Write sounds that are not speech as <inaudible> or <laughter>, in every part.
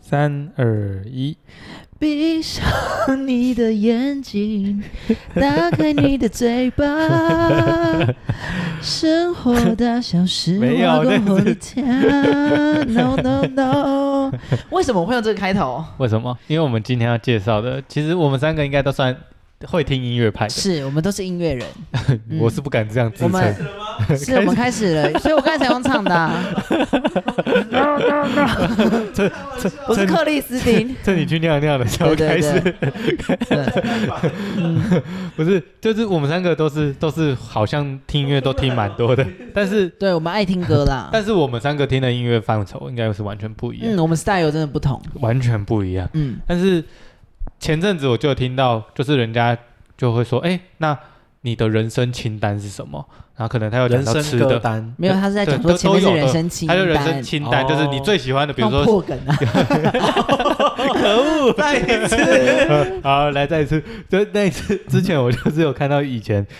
三二一，闭上你的眼睛， <laughs> 打开你的嘴巴， <laughs> 生活大小 <laughs> 事，没有我但共和是你 <laughs> 听。No No No，为 <laughs> 什么我会用这个开头？为什么？因为我们今天要介绍的，其实我们三个应该都算会听音乐派的。是我们都是音乐人，嗯我是不敢这样自我们称。是我们 <laughs> 开始 <laughs> 了，所以我刚才用唱的啊、No No <laughs> No，我是克里斯汀。趁你去尿尿的时候 <laughs> 对开对始，对对不是，就是我们三个都是都是好像听音乐都听蛮多 <laughs> 的，但是对，我们爱听歌 <laughs> 啦。但是我们三个听的音乐范畴应该是完全不一样，嗯，我们 style 真的不同。完全不一样。嗯，但是前阵子我就有听到，就是人家就会说，哎、那你的人生清单是什么？然后可能他有讲人到吃生歌的，单，没有，他是在对讲说都前面都是有人的生清他就单，人生清单，就是你最喜欢的，比如弄说，破梗 <laughs> 啊，再一次呃 <laughs> 好，来再一次，就那一次之前我就是有看到以前。 <laughs>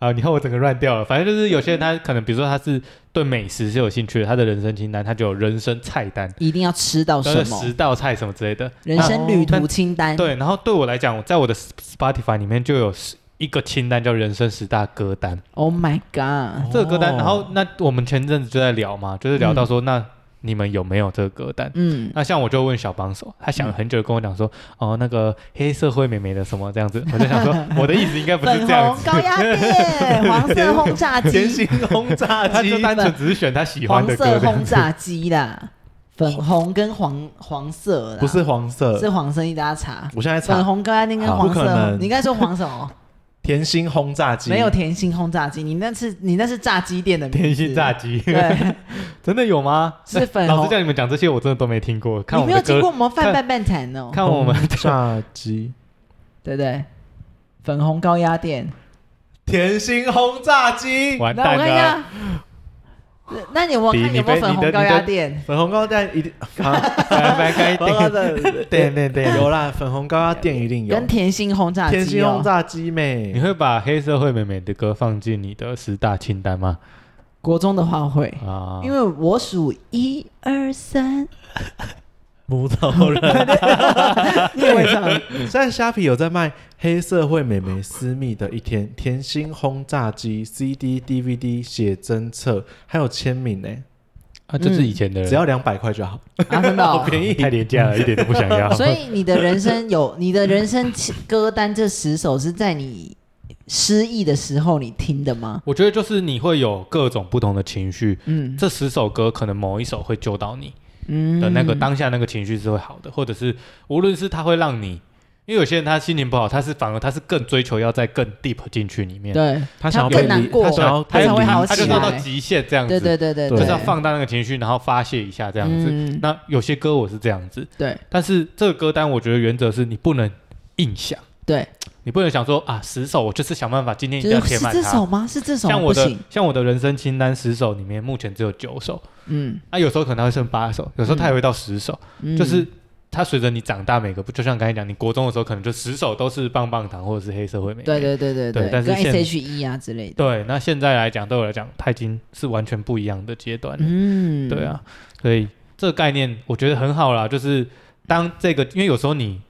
啊！你看我整个乱掉了。反正就是有些人他可能，比如说他是对美食是有兴趣的，他的人生清单他就有人生菜单， <laughs> 一定要吃到就是哦什十么，道菜什么之类的。人生旅途清单，哦对，然后对我来讲，我在我的 Spotify 里面就有十一个清单叫人生十大歌单。 ，Oh my God，这个歌单，哦然后那我们前阵子就在聊嘛，就是聊到说，那你们有没有这个歌单？嗯，那像我就问小帮手，他想了很久跟我讲说，哦，那个黑社会美眉的什么这样子，我就想说，我的意思应该 <laughs> 不是粉这样红子，高压电，黄色轰炸甜机，心轰 <laughs> 炸他机就，单纯只是选他喜欢黄的歌色单轰。炸 <laughs> 机啦，粉红跟黄黄色啦，不是黄色是，呃嗯黄色，你大家查，我现在粉查红高压电跟好黄不色，可能你应该说黄 <laughs> 什么？甜心轰炸机，没 <laughs> 有甜心轰炸机，你那是你那是炸鸡店的名字天心炸 <laughs> 鸡，对，真的有吗？是粉老红实，讲，你们讲这些我真的都没听过。看你我没们有的听过歌，我们看泛泛漫谈哦，看我们轰 <laughs> 炸机，对不对？粉红高压电，甜心轰炸机，完那我蛋看一了。下，那那你有没有比看你有没被有粉你的红你高的压电？粉红高蛋一定，啊拜拜，该粉红定 <laughs> 高蛋对对对有啦，粉红高压电一定有跟，甜心轰炸机、哦，甜心轰炸机你妹，会把黑社会美美的歌放进你的十大清单吗？国中的话会，啊，因为我数一二三，木头人。你也会唱，现在虾皮有在卖黑社会美眉私密的一天、甜心轰炸机、CD、DVD 写真册，还有签名呢、啊，就是以前的人，只要两百块就好。啊，真的哦、 <laughs> 便宜太廉价了，一点都不想要。所以你的人生有你的人生清歌单这十首是在你失意的时候你听的吗？我觉得就是你会有各种不同的情绪，嗯这十首歌可能某一首会救到你嗯的那个当下那个情绪是会好的，或者是无论是它会让你，因为有些人他心情不好，他是反而他是更追求要在更 deep 进去里面，对，他想要更被难理过他想要他被才会理好他就起做到来极限这样子，对对对对对，就是要放大那个情绪，然后发泄一下这这样子。嗯、那有些歌我是这样子，对但是这个歌单我觉得原则是你不能硬想，对，你不能想说啊十首我就是想办法今天一定要就是填是满这它首。吗？是这首吗像我不的行，像我的人生清单十首里面，目前只有九首，嗯，啊，有时候可能会剩八首，有时候它也会到十首，嗯就是它随着你长大，每个就像刚才讲，你国中的时候可能就十首都是棒棒糖或者是黑社会美眉，对对对对对但是跟现 SHE 啊之类的。对那现在来讲，对我来讲，它已经是完全不一样的阶段了，嗯，对，啊，所以这个概念我觉得很好啦，就是当这个，因为有时候你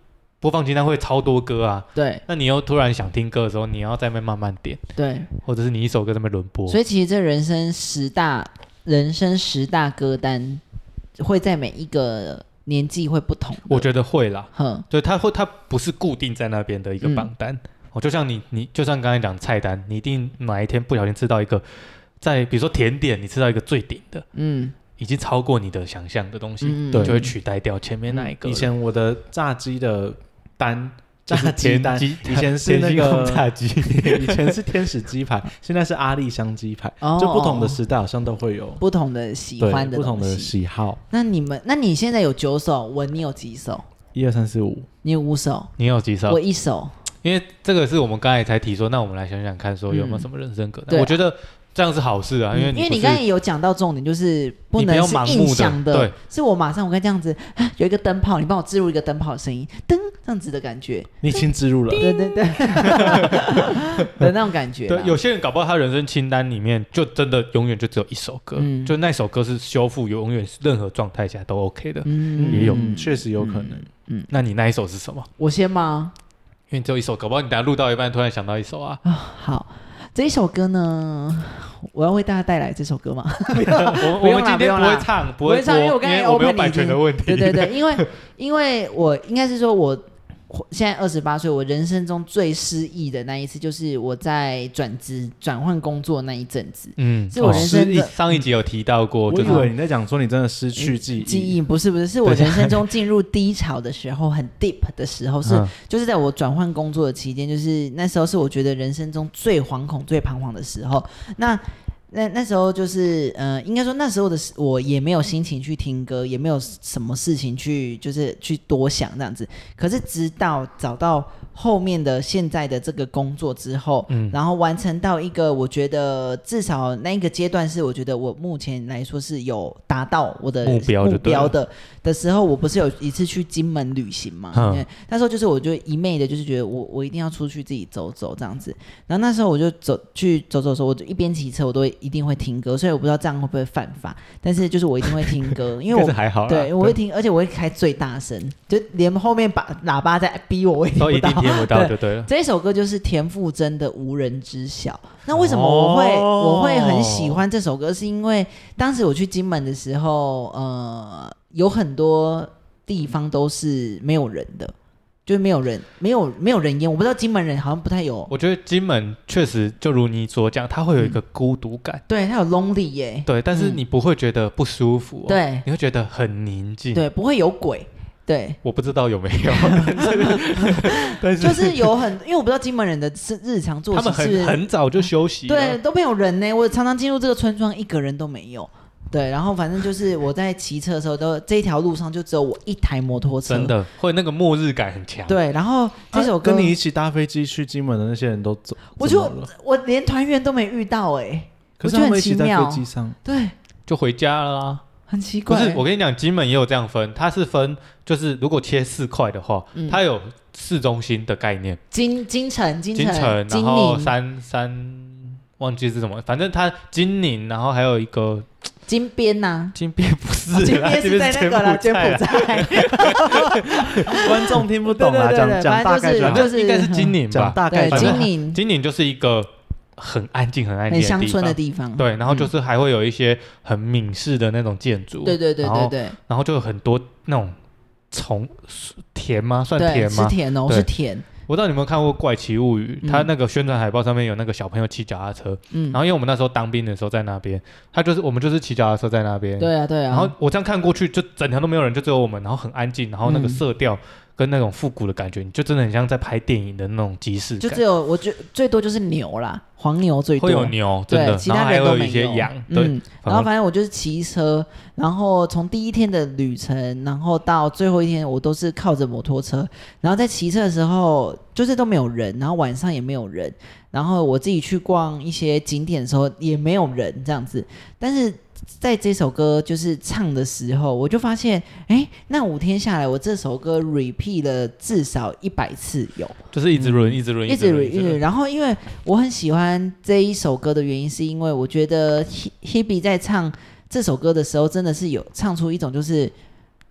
播放清单会超多歌啊，对那你又突然想听歌的时候，你要在那边慢慢点，对，或者是你一首歌在那边轮播，所以其实这人生十大人生十大歌单会在每一个年纪会不同的。我觉得会啦，哼，对，它会它不是固定在那边的一个嗯榜单。哦，就像你你就像刚才讲菜单，你一定哪一天不小心吃到一个，在比如说甜点，你吃到一个最顶的，嗯已经超过你的想象的东西，嗯，对就会取代掉前面那一个了。以前我的炸鸡的单，炸就是鸡田单，鸡以前是那田鸡轰个，炸机， <laughs> 以前是天使鸡排，现在是阿丽香鸡排，哦就不同的时代好像都会有不同的喜对欢的不同的东西喜好。那你们，那你现在有九首，我你有几首？一二三四五，你有五首，你有几首我？一首。因为这个是我们刚才才提说，那我们来想想看，说有没有嗯什么人生歌单？对啊嗯我觉得这样是好事啊，因为因为你你不刚是才也有讲到重点，就是不你不能要是盲目印的象的，对是我马上我该这样子，啊有一个灯泡，你帮我置入一个灯泡的声音，噔这样子的感觉，你已经植入了，对对对， <laughs> 的那种感觉啦。对，有些人搞不好他人生清单里面就真的永远就只有一首歌，嗯就那首歌是修复永远任何状态下都 OK 的。嗯也有嗯确实有可能。那你那一首是什么？我先吗？因为你只有一首，搞不好你等下录到一半突然想到一 <laughs> 首啊。啊，好，这一首歌呢，我要为大家带来这首歌吗？ <laughs> 我不我用们啦今天不用不会啦唱，不不会会唱播因为我刚才我没有 open 版已权经的问题。对对对，因为因为我应该是说我，我现在二十八岁，我人生中最失意的那一次，就是我在转职转换工作那一阵子。 <laughs> 嗯，是我人生失忆的上一集有提到过，我就以是为你在讲说你真的失去记忆，嗯记忆不是不是，是我人生中进入低潮的时候，很 deep 的时候，是、嗯就是在我转换工作的期间，就是那时候是我觉得人生中最惶恐、最彷徨的时候。那那那时候就是，呃，应该说那时候的是我也没有心情去听歌，也没有什么事情去就是去多想这样子。可是直到找到后面的现在的这个工作之后，嗯然后完成到一个我觉得至少那一个阶段是我觉得我目前来说是有达到我的目标就目对了标的的时候，我不是有一次去金门旅行嘛？嗯因为那时候就是我就一昧的，就是觉得我我一定要出去自己走走这样子。然后那时候我就走去走走的时候，我就一边骑车，我都会一定会听歌，虽然我不知道这样会不会犯法，但是就是我一定会听歌，因为但我是还好啦，对我会听，而且我会开最大声，就连后面把喇叭在逼我，我也听都不一定到。听不到就对了。 <laughs> 这首歌就是田馥甄的《无人知晓》。那为什么哦我会、我会很喜欢这首歌？是因为当时我去金门的时候，呃，有很多地方都是没有人的，就是没有人，没有没有人烟。我不知道金门人好像不太有，我觉得金门确实就如你所讲，它会有一个孤独感，对，他有 lonely 耶、对，但是嗯你不会觉得不舒服、哦，，对你会觉得很宁静。对，不会有鬼， <laughs> 对。我不知道有没 <laughs> 有，但是就是有很，因为我不知道金门人的是日常作他息们是不是很很早就休息了，对，都没有人呢。我常常进入这个村庄，一个人都没有。对，然后反正就是我在骑车的时候都，这一条路上就只有我一台摩托车。真。的会那个末日感很强。，对，然后这首歌，啊跟你一起搭飞机去金门的那些人都走，我怎就么了我连团员都没遇到哎、可是我觉得他很们一起奇在妙飞机上，对，就回家了啊。很奇不怪。是，我跟你讲，金门也有这样分，它是分就是如果切四块的话，嗯它有市中心的概念，金金城，金金城，城，然金后宁，三三忘记是什么，反正它金宁，然后还有一个金边呐、金边不是哦金啦，边是在那个啦，柬柬埔埔寨啦，寨。观众听不懂啦， <laughs> 对对对对讲讲大概反反正正就是应该是金宁讲吧，大 <laughs> 概对，就啊反正好金宁，金宁就是一个很安静、很安静很乡村的的地地方。方。对，然后就嗯是还会有一些很闽式的那种建筑，对对对然后对对，然后就有很多那种虫田吗？算对田是吗？甜哦，对是甜。我不知道你有没有看过《怪奇物语》，嗯它那个宣传海报上面有那个小朋友骑脚踏车，嗯然，后因为我们那时候当兵的时候在那边，他就是我们就是骑脚踏车在那边，对啊对啊。然后我这样看过去，就整条都没有人，就只有我们，然后很安静，然后那个嗯色调跟那种复古的感觉，你就真的很像在拍电影的那种即视就感只。有我觉最多就是牛啦，黄牛最多，会有牛，真对的，，其然后他还人都有没一些有羊，对，嗯，反然后正反正我就是骑车，然后从第一天的旅程，然后到最后一天，我都是靠着摩托车，然后在骑车的时候就是都没有人，然后晚上也没有人，然后我自己去逛一些景点的时候也没有人这样子，但是。在这首歌就是唱的时候，我就发现，哎，那五天下来，我这首歌 repeat 了至少一百次有。就是一直轮，一直轮，一直直轮， re 嗯一直 re 然后因为我很喜欢这一首歌的原因，是因为我觉得 He- Hebe 在唱这首歌的时候，真的是有唱出一种就是，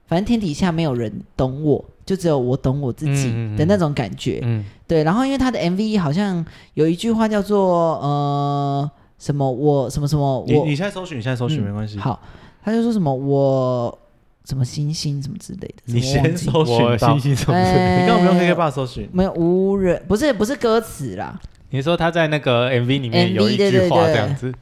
反正天底下没有人懂我，就只有我懂我自己嗯嗯嗯的那种感觉。嗯，对，然后因为他的 MV 好像有一句话叫做呃什么我什么什么你我你现在搜寻，你现在搜寻嗯没关系。好，他就说什么我什么星星什么之类的，你什么忘先记搜我寻到，星你星什么？哎根本不用 KK 爸搜寻。没有无人不是不是歌词啦，你说他在那个 MV 里面 MV 有一对句对话对这样子，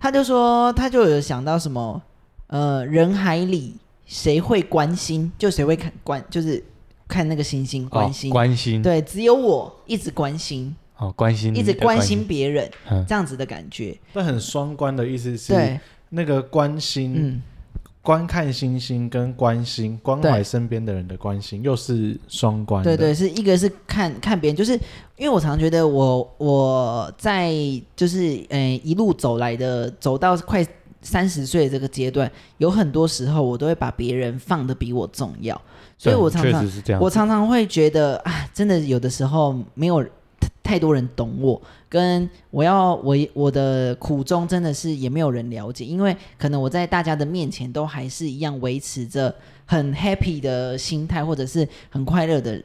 他就说，他就有想到什么，呃，人海里谁会关心，就谁会看关，就是看那个星星关心。哦关心，对，只有我一直关心，哦，关心，一直关心，别人，嗯这样子的感觉。那很双关的意思是，对，那个关心嗯，观看星星跟关心、关怀对身边的人的关心，又是双关对的。对，是一个是看看别人，就是因为我常觉得我我在就是呃一路走来的，走到快三十岁这个阶段，有很多时候我都会把别人放的比我重要，所以我常确常实是这样我。常常会觉得啊，真的有的时候没有太太多人懂我，跟我要我我的苦衷真的是也没有人了解，因为可能我在大家的面前都还是一样维持着很 happy 的心态，或者是很快乐的。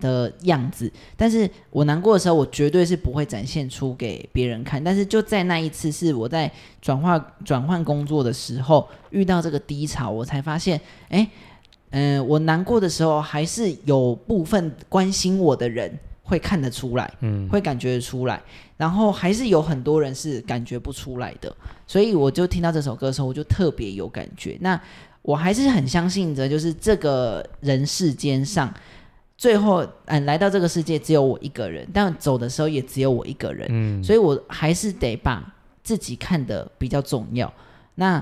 的样子，但是我难过的时候，我绝对是不会展现出给别人看。但是就在那一次，是我在转化转换工作的时候遇到这个低潮，我才发现，哎、嗯、我难过的时候，还是有部分关心我的人会看得出来，嗯，会感觉得出来，然后还是有很多人是感觉不出来的，所以我就听到这首歌的时候，我就特别有感觉。那我还是很相信着，就是这个人世间上，最后嗯来到这个世界只有我一个人，但走的时候也只有我一个人，嗯，所以我还是得把自己看得比较重要。那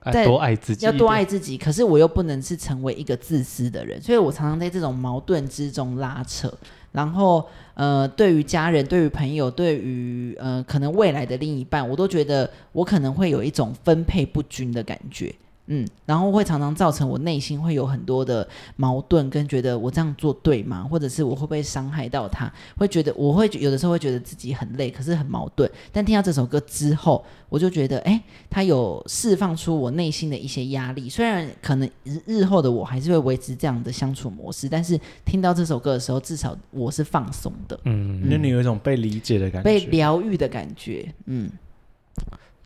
爱在哎多爱自己，要多爱。自己，可是我又不能是成为一个自私的人，所以我常常在这种矛盾之中拉扯。然后，呃，对于家人、对于朋友、对于呃可能未来的另一半，我都觉得我可能会有一种分配不均的感觉，嗯，然后会常常造成我内心会有很多的矛盾，跟觉得我这样做对吗？或者是我会不会伤害到他？会觉得我会有的时候会觉得自己很累，可是很矛盾。但听到这首歌之后，我就觉得，哎，它有释放出我内心的一些压力。虽然可能日日后的我还是会维持这样的相处模式，但是听到这首歌的时候，至少我是放松的，嗯，那你有一种被理解的感被觉。疗愈的感觉。嗯，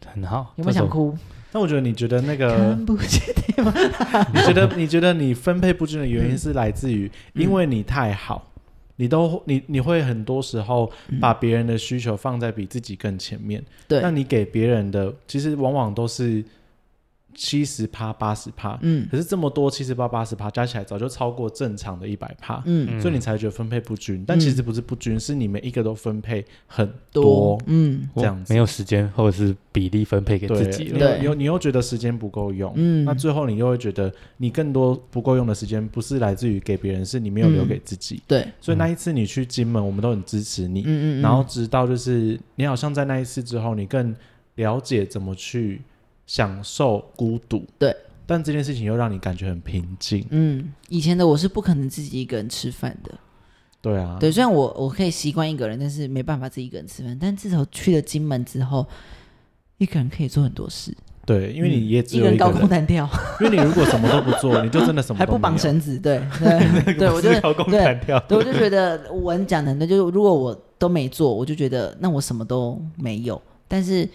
很好。有没有想哭？但我觉得你觉得那个 <laughs> 看，不见对吗？你觉得你觉得你分配不均的原因是来自于，嗯因为你太好，你都你你会很多时候把别人的需求放在比自己更前面。那嗯对，你给别人的其实往往都是七十趴、八十趴，嗯可是这么多七十趴、八十趴加起来，早就超过正常的一百趴，嗯， <laughs> 嗯所以你才觉得分配不均。但其实不是不均，是你们一个都分配很多，嗯我这样子没有时间或者是比例分配给对自己你了。又对你又你又觉得时间不够用，嗯那最后你又会觉得你更多不够用的时间不是来自于给别人，是你没有留给自己。对，所以那一次你去金门，我们都很支持你，嗯嗯嗯，然后直到就是你好像在那一次之后，你更了解怎么去享受孤独。对，但这件事情又让你感觉很平静。嗯，以前的我是不可能自己一个人吃饭的。对啊，对，虽然我我可以习惯一个人，但是没办法自己一个人吃饭。但自从去了金门之后，一个人可以做很多事，对因为你也嗯只一有个人一个高人空，弹跳，因为你如果什么都不做， <laughs> 你就真的什么还都不没有绑。绳子， <laughs> 对对对，我就高空对弹跳。对，我就觉得我很讲的，那就如果我都没做，我就觉得那我什么都没有。但是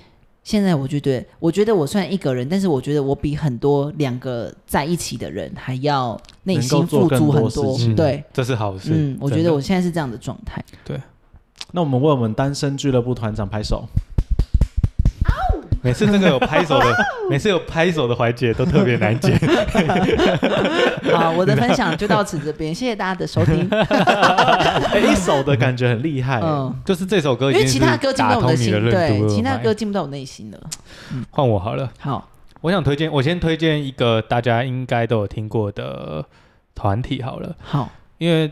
现在我就觉得，我觉得我虽然一个人，但是我觉得我比很多两个在一起的人还要内能够心做付更出很多事多情。对，，这是好事。嗯，我觉真得的我现在是这样的状态。那我们为我们单身俱乐部团长拍手。嗯每次这个有拍手的， <laughs> 每次有拍手的环节都特别难解。 <laughs> 好，我的分享就到此这边，谢谢大家的收 <laughs> 听。哎，一手的感觉很厉害。嗯，就是这首歌已经因为是其他歌进不打到我通的你心，的任督对，二其他脉歌进不到我内心了。换我好了。好，我想推荐，我先推荐一个大家应该都有听过的团体好了，好，因为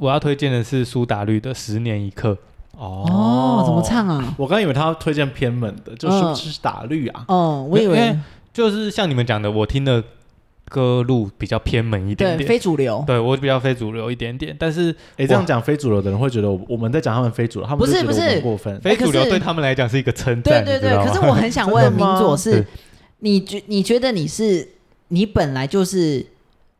我要推荐的是苏打绿的《十年一刻》。哦，怎么？唱啊？我刚以为他要推荐偏门的，就是不嗯是打绿啊？哦，我以因为为就是像你们讲的，我听的歌路比较偏门一点对点，非主流，对我比较非主流一点点，但是哎，这样讲非主流的人会觉得我我们在讲他们非主流，他们不是不就觉得我是们过分。非主流哎可是对他们来讲是一个称对赞，对你知对。道吗可是我很 <laughs> 想问真的明吗佐是对，你觉你觉得你是你本来就是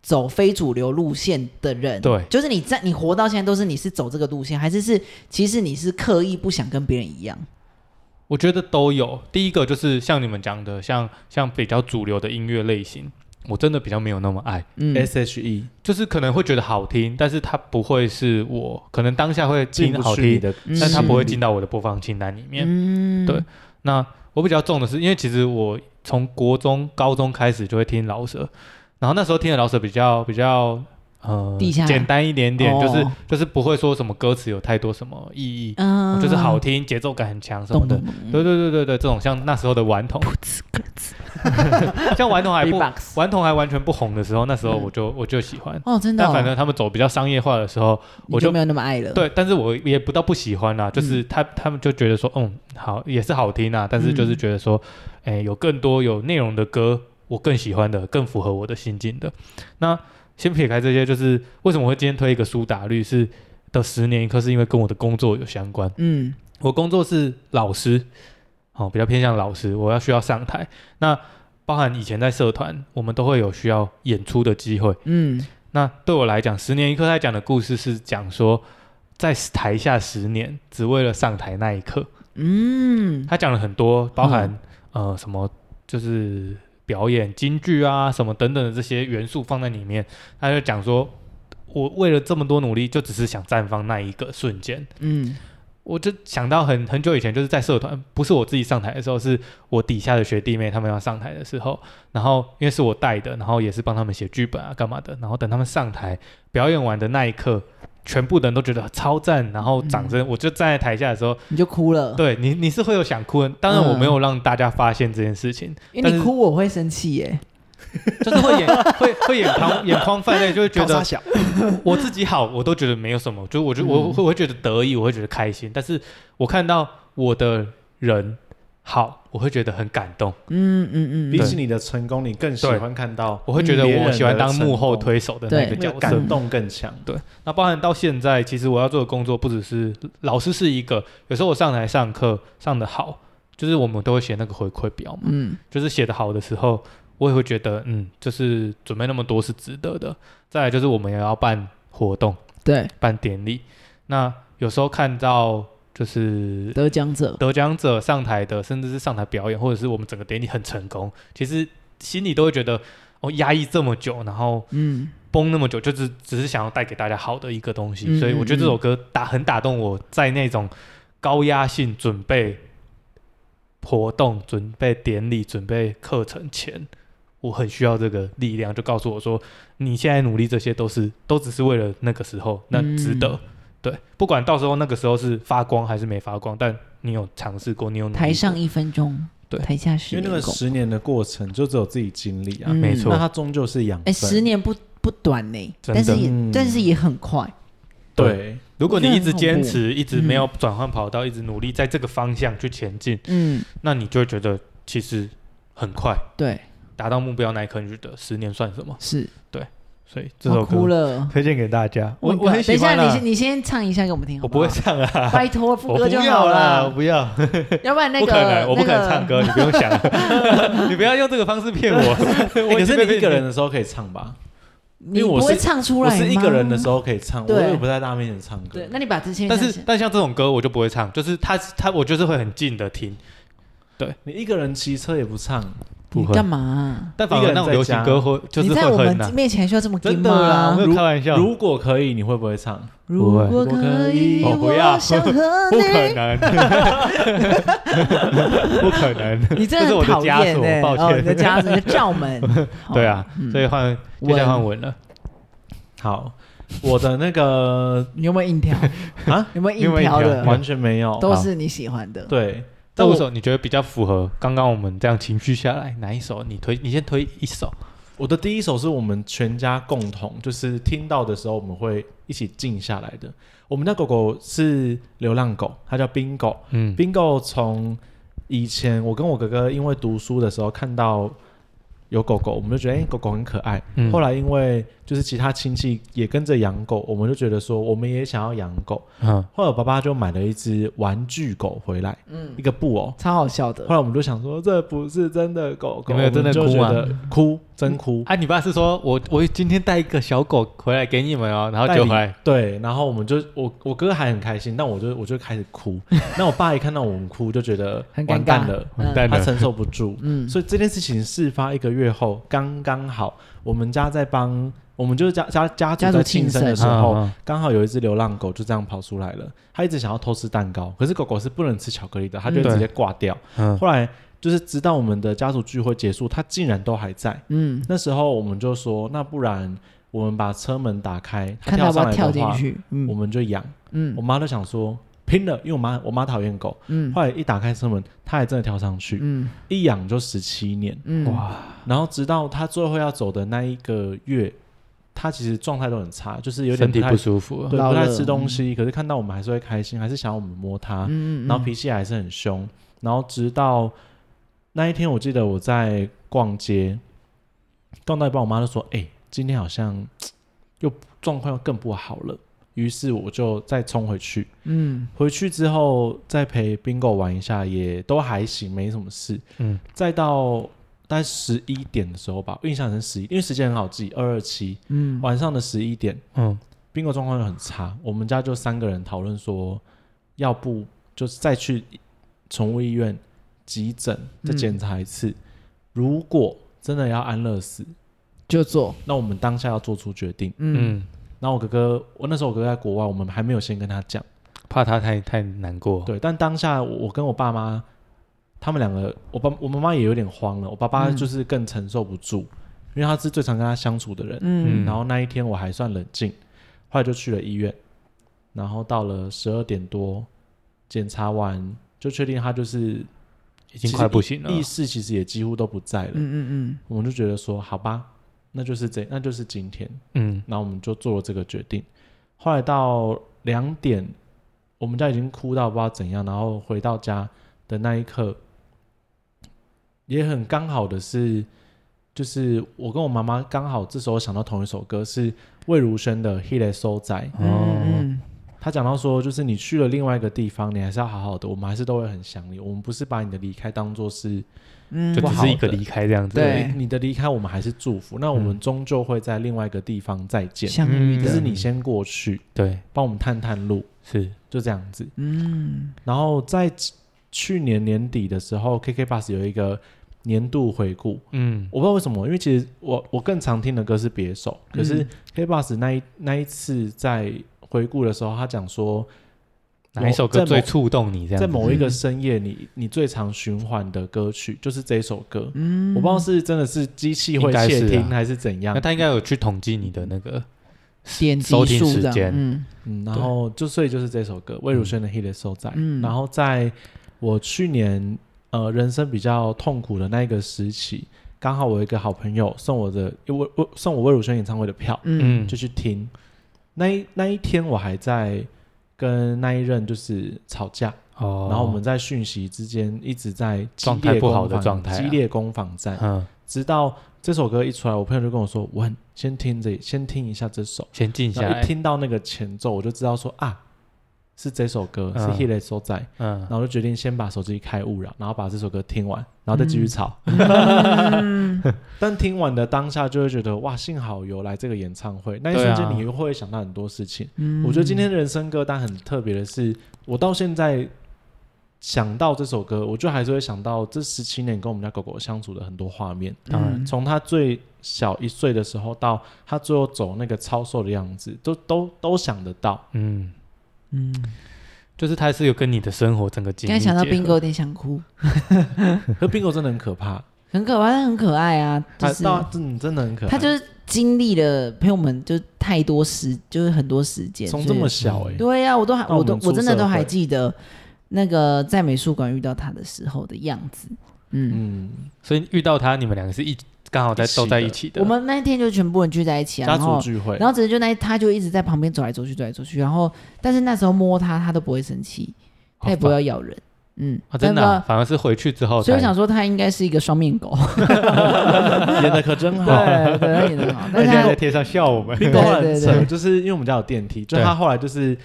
走非主流路线的人，对就是你在你活到现在都是你是走这个路线，还是是其实你是刻意不想跟别人一样？我觉得都有。第一个就是像你们讲的，像像比较主流的音乐类型，我真的比较没有那么爱，嗯 S H E 就是可能会觉得好听，但是它不会是我可能当下会进听不好去你听，的，嗯但它不会进。进到我的播放清单里面。嗯对那我比较重的是，因为其实我从国中、高中开始就会听老舍，然后那时候听的老舍比较比较呃地下简单一点点，就是哦就是不会说什么歌词有太多什么意义，嗯就是好听，节奏感很强什么懂的懂。懂对对对对对，这种像那时候的顽 <laughs> 童，像顽童还不 Beatbox 顽童还完全不红的时候，那时候我就我就喜欢。嗯哦，真的哦，但反正他们走比较商业化的时候，你我就没有那么爱了。，对，但是我也不到不喜欢啦，就是他他们就觉得说，嗯，好也是好听啊，但是就是觉得说，哎、有更多有内容的歌，我更喜欢的，更符合我的心境的。那先撇开这些，就是为什么我会今天推一个苏打绿是的十年一刻，是因为跟我的工作有相关。嗯我工作是老师，哦，比较偏向老师，我要需要上台。那包含以前在社团，我们都会有需要演出的机会。嗯，那对我来讲，十年一刻他讲的故事是讲说，在台下十年，只为了上台那一刻。嗯，他讲了很多，包含、呃什么，就是表演、京剧啊什么等等的这些元素放在里面。他就讲说，我为了这么多努力，就只是想绽放那一个瞬间。嗯我就想到很很久以前，就是在社团，不是我自己上台的时候，是我底下的学弟妹他们要上台的时候，然后因为是我带的，然后也是帮他们写剧本啊干嘛的，然后等他们上台表演完的那一刻，全部的人都觉得超赞，然后掌声，我就站在台下的时候，你就哭了，对你你是会有想哭的，当然我嗯没有让大家发现这件事情，因为但你是哭我会生气耶。就是会眼会会眼眶眼眶泛泪，就会觉 <laughs> 搞得啥小，我自己好，我都觉得没有什么，就我就嗯我会我会觉得得意，我会觉得开心。但是我看到我的人好，我会觉得很感动，嗯嗯嗯比嗯，起你的成功，你更喜欢看到我会觉得嗯别人我喜欢当的成幕后功，推手的那个对那角色。个感动更强。那包含到现在，其实我要做的工作不只是老师是一个，有时候我上台上课上的好，就是我们都会写那个回馈表嘛，嗯就是写的好的时候，我也会觉得嗯，就是准备那么多是值得的。再来就是我们也要办活动，对，办典礼，那有时候看到就是得奖者，得奖者上台的，甚至是上台表演，或者是我们整个典礼很成功，其实心里都会觉得哦，压抑这么久，然后嗯绷那么久，就是只是想要带给大家好的一个东西。嗯所以我觉得这首歌打很打动我，在那种高压性准备活动、准备典礼、准备课程前。我很需要这个力量，就告诉我说，你现在努力这些都是都只是为了那个时候，那嗯值得。对，不管到时候那个时候是发光还是没发光，但你有尝试过，你有努力过台上一分钟，嗯对台下十因为那年个功。十年的过程，就只有自己经历啊嗯，没错那它终究是养哎，分。十年不不短呢，真的但是也嗯但是也很快。对，如果你一直坚我觉持，一直没有转换跑道，一直努力在这个方向去前进，嗯，那你就会觉得其实很快对，达到目标那一刻，你就觉得十年算什么？是。所以这我首歌哭了。推荐给大家，我 Oh my 我很 God 喜等一欢下，你啦先。你先唱一下给我们听好我好不会唱啊，拜托副我歌不就要好啦，我了，不 <laughs> 要，哎要不然那不可能，个我不那敢个唱歌，你不用想，你不要用这个方式骗我。哎我可已经是被你一骗个人的时候可以唱吧？你因为我不会是唱出我来吗？是一个人的时候可以唱，我对也不在大家面前唱歌对，。那你把这些但唱是起来，但像这种歌我就不会唱，就是他他我就是会很近的听，你一个人骑车也不唱，不你会干嘛啊？但反而那种流行歌会就是你在会我很啊们难，面前需要这么真 gay 的啦吗没？有开玩笑，如果可以，你会不会唱？不如果会可以，我不要 <laughs> 想和不可你。能，不可能， <laughs> 你真这是的我很的讨枷厌锁哎！抱哦，你的歉，。枷锁，你的罩门对啊好，嗯所以换接下来换文了，好，我的 <laughs> 那个你有没有硬条 <laughs> 啊？有没你有有没硬有条硬条的？完全没有，都是你喜欢的。对。这但五我首你觉得比较符合刚刚我们这样情绪下来哪一首？你推你先推一首，我的第一首是我们全家共同，就是听到的时候我们会一起静下来的。我们家狗狗是流浪狗，它叫 Bingo。嗯 Bingo 从以前我跟我哥哥因为读书的时候看到有狗狗，我们就觉得哎、诶狗狗很可爱。嗯后来因为就是其他亲戚也跟着养狗，我们就觉得说我们也想要养狗。嗯，后来我爸爸就买了一只玩具狗回来，嗯，一个布偶。超好笑的后。来我们就想说这不是真的狗狗，你们有真的我们就哭啊吗觉得哭真哭。啊，你爸是说我我今天带一个小狗回来给你们哦，然后带就礼回来，对，然后我们就我我哥还很开心，但我就我就开始 <laughs> 哭。那我爸一看到我们哭，就觉得很尴尬完蛋了，嗯完蛋他了，承受不住。嗯，所以这件事情事发一个月后，刚刚好，我们家在帮我们就是家家家家族族在庆庆生的生时嗯候嗯，刚好有一只流浪狗就这样跑出来了，它一直想要偷吃蛋糕，可是狗狗是不能吃巧克力的，它就嗯会直接挂掉。嗯后来就是直到我们的家族聚会结束，它竟然都还在。嗯那时候我们就说，那不然。我们把车门打开，它看他要不上要来跳的进话，去。我嗯们就养。我嗯妈就想说拼了，因为我妈我妈讨厌狗，嗯后来一打开车门，它还真的跳上去，嗯一养就十七年，嗯，哇，然后直到它最后要走的那一个月，它其实状态都很差，就是有点身体太不舒服了，啊嗯对老不太了吃东西，可是看到我们还是会开心，还是想要我们摸它，嗯嗯，然后嗯脾气还是很凶，然后直到那一天，我记得我在逛街，逛到一半，我妈就说：“哎、今天好像又状况又更不好了。”于是我就再冲回去，嗯回去之后再陪 Bingo 玩一下，也都还行，没什么事。嗯，再到大概十一点的时候吧，我印象成十一，因为时间很好记，二二七嗯晚上的十一点嗯， ，Bingo 状况又很差，我们家就三个人讨论说，要不就是再去宠物医院急诊再检查一次，如果真的要安乐死，就做那我们当下要做出决定。嗯嗯，然后我哥哥，我那时候我哥哥在国外，我们还没有先跟他讲。怕他太太难过，对，但当下我我跟我爸妈，他们两个，我爸我妈妈也有点慌了，我爸爸嗯就是更承受不住，因为他是最常跟他相处的人。嗯然后那一天我还算冷静，后来就去了医院，然后到了十二点多，检查完就确定他就是已经快不行了，意识其实也几乎都不在了，嗯嗯嗯我们就觉得说好吧，那就是这那就是今天，嗯，然后我们就做了这个决定。后来到两点，我们家已经哭到不知道怎样，然后回到家的那一刻，也很刚好的是，就是我跟我妈妈刚好这时候想到同一首歌，是魏如萱的《He l e So 在》。嗯嗯她讲到说，就是你去了另外一个地方，你还是要好好的，我们还是都会很想你。我们不是把你的离开当做是嗯，就不只好是一个的离开这样子，对你的离开，我们还是祝福。那我们嗯终究会在另外一个地方再见，相遇嗯只是的，你先过去，对，帮我们探探路，是，就这样子。嗯然后在去去年年底的时候，KK Bus 有一个年度回顾，嗯我不知道为什么，因为其实我我更常听的歌是别手，可是嗯 KK Bus 那一那一次在回顾的时候，他讲说哪一首歌在某最触动你？这样子在某一个深夜你，你最常循环的歌曲就是这首歌。嗯，我不知道是真的是机器会应该是窃啊听还是怎样那，他应该有去统计你的那个点击收听数时这样间嗯嗯，然后就所以就是这首歌，魏如萱的《Hit 收在》。嗯然后在我去年呃人生比较痛苦的那一个时期，刚好我有一个好朋友送我的魏魏送我魏如萱演唱会的票，嗯就去听。那一那一天我还在跟那一任就是吵架，哦，然后我们在讯息之间一直在激状态烈不好攻的防状态啊激烈攻防战，嗯，直到这首歌一出来，我朋友就跟我说：“我很先听这，先听一下这首。”先静下哎然后一来，听到那个前奏，我就知道说啊，是这首歌，是嗯 He Let So 在，嗯然，后就决定先把手机开勿扰，然后把这首歌听完，然后再继续吵。嗯但听完的当下就会觉得哇，幸好有来这个演唱会，那一瞬间你又会想到很多事情。啊嗯我觉得今天的人生歌单很特别的是，我到现在。想到这首歌，我就还是会想到这十七年跟我们家狗狗相处的很多画面。当然嗯从它最小一岁的时候到它最后走那个超瘦的样子，都都都想得到。嗯，嗯，就是他是有跟你的生活整个经刚才历想到结合冰哥有点想哭，可 bingo 真的很可怕，很可爱，但很可爱啊， <laughs> 就他是到嗯真真的很可怕。他就是经历了陪我们就太多时，就是嗯很多时间，从所这以么小哎、对啊呀、我都还那我我们都出我真的社都会还记得那个在美术馆遇到他的时候的样子。嗯，嗯，所以遇到他，你们两个是一刚好在一起的都在一起的。我们那一天就全部人聚在一起啊，家然族后聚会，然后只是就那他就一直在旁边走来走去走来走去，然后但是那时候摸他他都不会生气，他也不要咬人。嗯，啊，真的那啊、个反而是回去之后才，所以我想说他应该是一个双面狗，演的可真好。对，对，他演得很好，那但现哎是在他在贴上笑我们， bingo 后来对对很扯，对就是因为我们家有电梯，就对他后来就是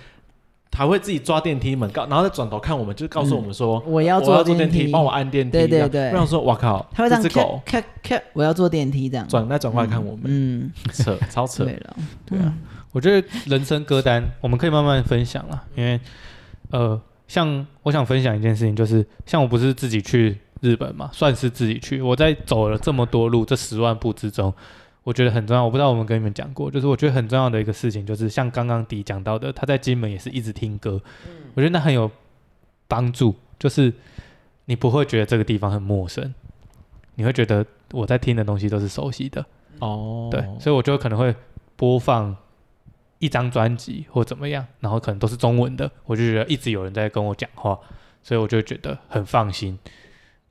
他会自己抓电梯门，告然后再转头看我们，就是告诉我们说、我嗯要我坐要坐电梯，帮我按电梯。对对这样对我想说，哇靠，他会这样只狗咔咔咔，我要坐电梯这样，转来转过来看我们，嗯， <laughs> 扯超扯。对了，对啊我觉得人生歌单我们可以慢慢分享了，因为呃，像我想分享一件事情，就是像我不是自己去日本嘛，算是自己去。我在走了这么多路，这十万步之中，我觉得很重要。我不知道我们跟你们讲过，就是我觉得很重要的一个事情，就是像刚刚迪讲到的，他在金门也是一直听歌，我觉得那很有帮助，就是你不会觉得这个地方很陌生，你会觉得我在听的东西都是熟悉的。哦，对，所以我就可能会播放一张专辑或怎么样，然后可能都是中文的，我就觉得一直有人在跟我讲话，所以我就觉得很放心。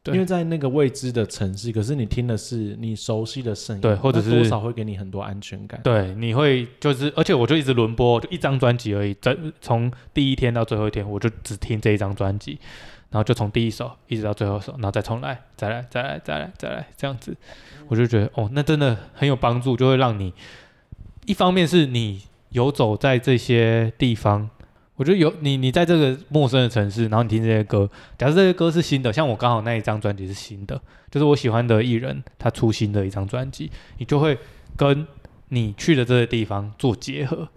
对因为在那个未知的城市，可是你听的是你熟悉的声音，对或者那是多少会给你很多安全感。对，你会就是，而且我就一直轮播，就一张专辑而已，在从第一天到最后一天，我就只听这一张专辑，然后就从第一首一直到最后一首，然后再重来，再来，再来，再来，再来，这样子，我就觉得哦，那真的很有帮助，就会让你一方面是你游走在这些地方。我觉得有你，你在这个陌生的城市，然后你听这些歌。假设这些歌是新的，像我刚好那一张专辑是新的，就是我喜欢的艺人他出新的一张专辑，你就会跟你去的这个地方做结合，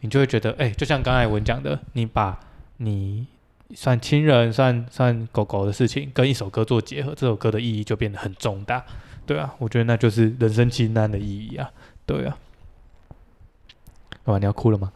你就会觉得，哎、就像刚才文讲的，你把你算亲人、算算狗狗的事情跟一首歌做结合，这首歌的意义就变得很重大，对啊，我觉得那就是人生清单的意义啊，对啊。干嘛你要哭了吗？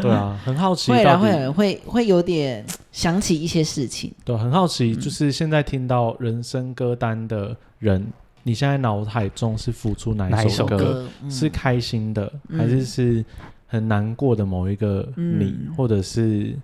对啊，很好奇会啦，到会底很会会有点想起一些事情。对，很好奇，就是现在听到人生歌单的人，你现在脑海中是浮出哪哪一一首首歌歌？嗯是开心的，嗯还是是很难过的某一个你，嗯或者是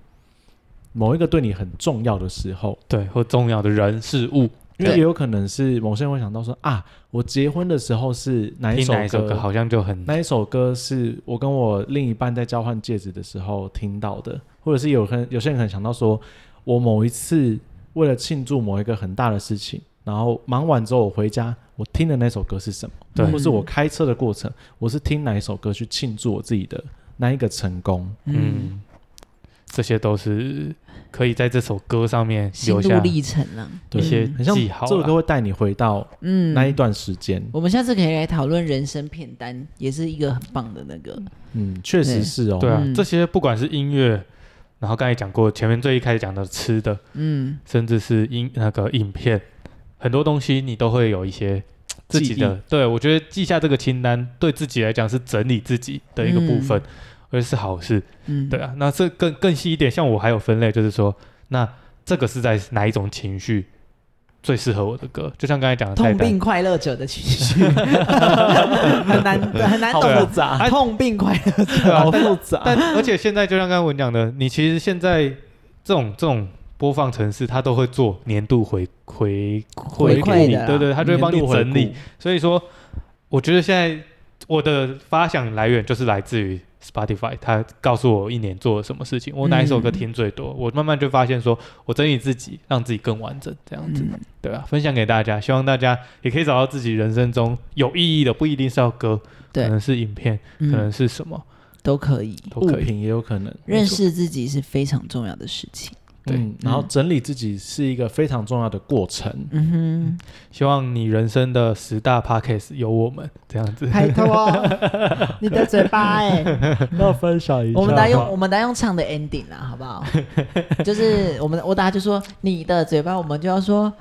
某一个对你很重要的时候？对，或重要的人事物，因为对也有可能是某些人会想到说啊，我结婚的时候是哪一听首哪一首歌？歌好像就很那一首歌是我跟我另一半在交换戒指的时候听到的，或者是有很有些人可能想到说，我某一次为了庆祝某一个很大的事情，然后忙完之后我回家，我听的那首歌是什么？嗯对或是我开车的过程，我是听哪一首歌去庆祝我自己的那一个成功？嗯，嗯，这些都是可以在这首歌上面心留路下历程啊，一对些嗯很像记这号首啦嗯歌会带你回到嗯，那一段时间。我们下次可以来讨论人生片单，也是一个很棒的那个。嗯，确实是哦。对啊，嗯这些不管是音乐，然后刚才讲过，前面最一开始讲的吃的，嗯，甚至是音那个影片，很多东西你都会有一些自己的。对我觉得记下这个清单，对自己来讲是整理自己的一个部分，而是好事。嗯，对啊，那这更更细一点，像我还有分类，就是说，那这个是在哪一种情绪最适合我的歌？就像刚才讲的菜痛单并。快乐者的情绪， <laughs> 很难很难懂好复杂痛并快乐对者，啊好复杂。但而且现在就像刚刚文讲的，你其实现在这种这种播放程式，它都会做年度回回回馈馈给你，的啊啦对对，它就会帮你年度回整理顾。所以说，我觉得现在我的发想来源就是来自于 Spotify，它告诉我一年做了什么事情，我哪一首歌嗯听最多，我慢慢就发现说，我整理自己，让自己更完整，这样子。嗯对啊，分享给大家，希望大家也可以找到自己人生中有意义的，不一定是要歌，对可能是影片，可能嗯，是什么、都可以。都物可以。品也有可能认识自己是非常重要的事情。对嗯，然后嗯整理自己是一个非常重要的过程。嗯希望你人生的十大 pockets 有我们这样子哼，。拜托， <laughs> 你的嘴巴哎、 <laughs> 要分享一我们来用我们来用唱的 ending 啦，好不好？就是我们我大家就说你的嘴巴，我们就要说，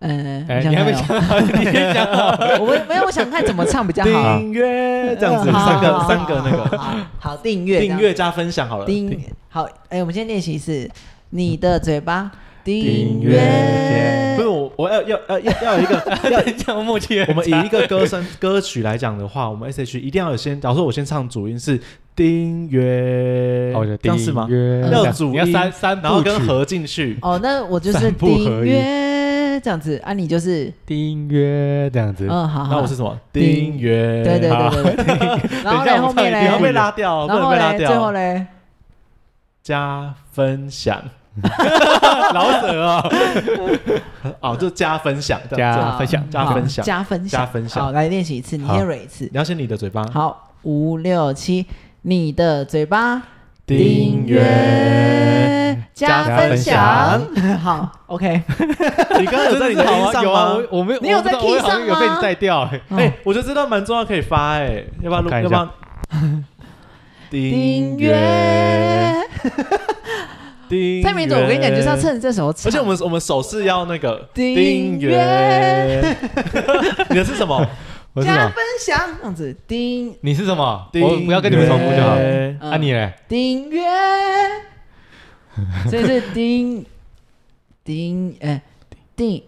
嗯、哎你想你还没看想好，你 <laughs> 先想好。哦我们没有，我想看怎么唱比较 <laughs> 好。订阅这样子，嗯好三好个好三个那好，个好好订阅订阅加分享好了。订好，哎，我们先练习一次你的嘴巴订阅阅不是我，我要要要要要有 <laughs> 一个要。这样默契很我们以差一个歌声歌曲来讲的话，我们 S H 一定要有先，假如说我先唱主音是订阅，哦好我觉得这样是吗？订阅要主你要音，三三然后部曲跟合进去，哦，那我就是三不合订一阅这样子啊，你就是订阅这样子。嗯，好，那好我是什么？订订阅，对对好对对 <laughs> 对，然后等一嘞下我后们唱一面遍不能被嘞，拉掉，不然能后被拉嘞掉。最后嘞，加 <laughs> 分享，老舍哦， <laughs> 哦，就加分享，这样加这样好分享加好分享加分加享，分享好，来练习一次，你好先蕊一次，你要先你的嘴巴，好，五六七，你的嘴巴。订阅加加分分享，好，OK，你刚刚有在你的音上有啊，吗？我我没有，你有我不知道在 key 我好像有被上吗你带掉。哎哦 <laughs> 哎、我觉得这段蛮重要，可以发哎、要不要录？看一要下不要？ <laughs> 订阅。订阅蔡明总，我跟你讲，就是要。趁这时候唱。而且我们我们手势要那个订阅， <laughs> 你的是什么？我是什加么？分享，这样子订你是什么？订我不要跟你们重复就好。阅嗯啊，你嘞？订阅，所以是订订哎订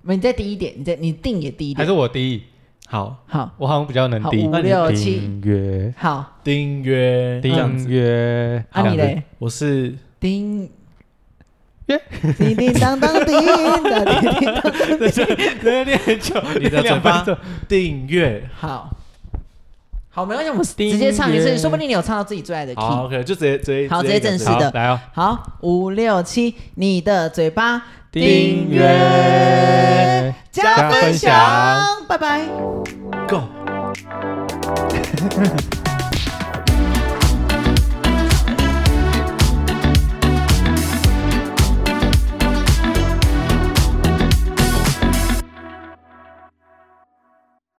没，你再低一点，你再你定也低一还点是。我第一，好，好，我好像比较能好第一五。六七，订阅，好，订阅这样订子，阅，啊这样你子嘞，我是叮耶。叮叮当当叮当叮叮当，练很久， <laughs> 你的嘴巴订阅。好，好，没关系，我们叮直接唱一耶次，说不定你有唱到自己最爱的 key。好，OK，就直接直接好直接正式好是的来哦，好，五六七，你的嘴巴订阅加加分分享享，拜拜。 Go。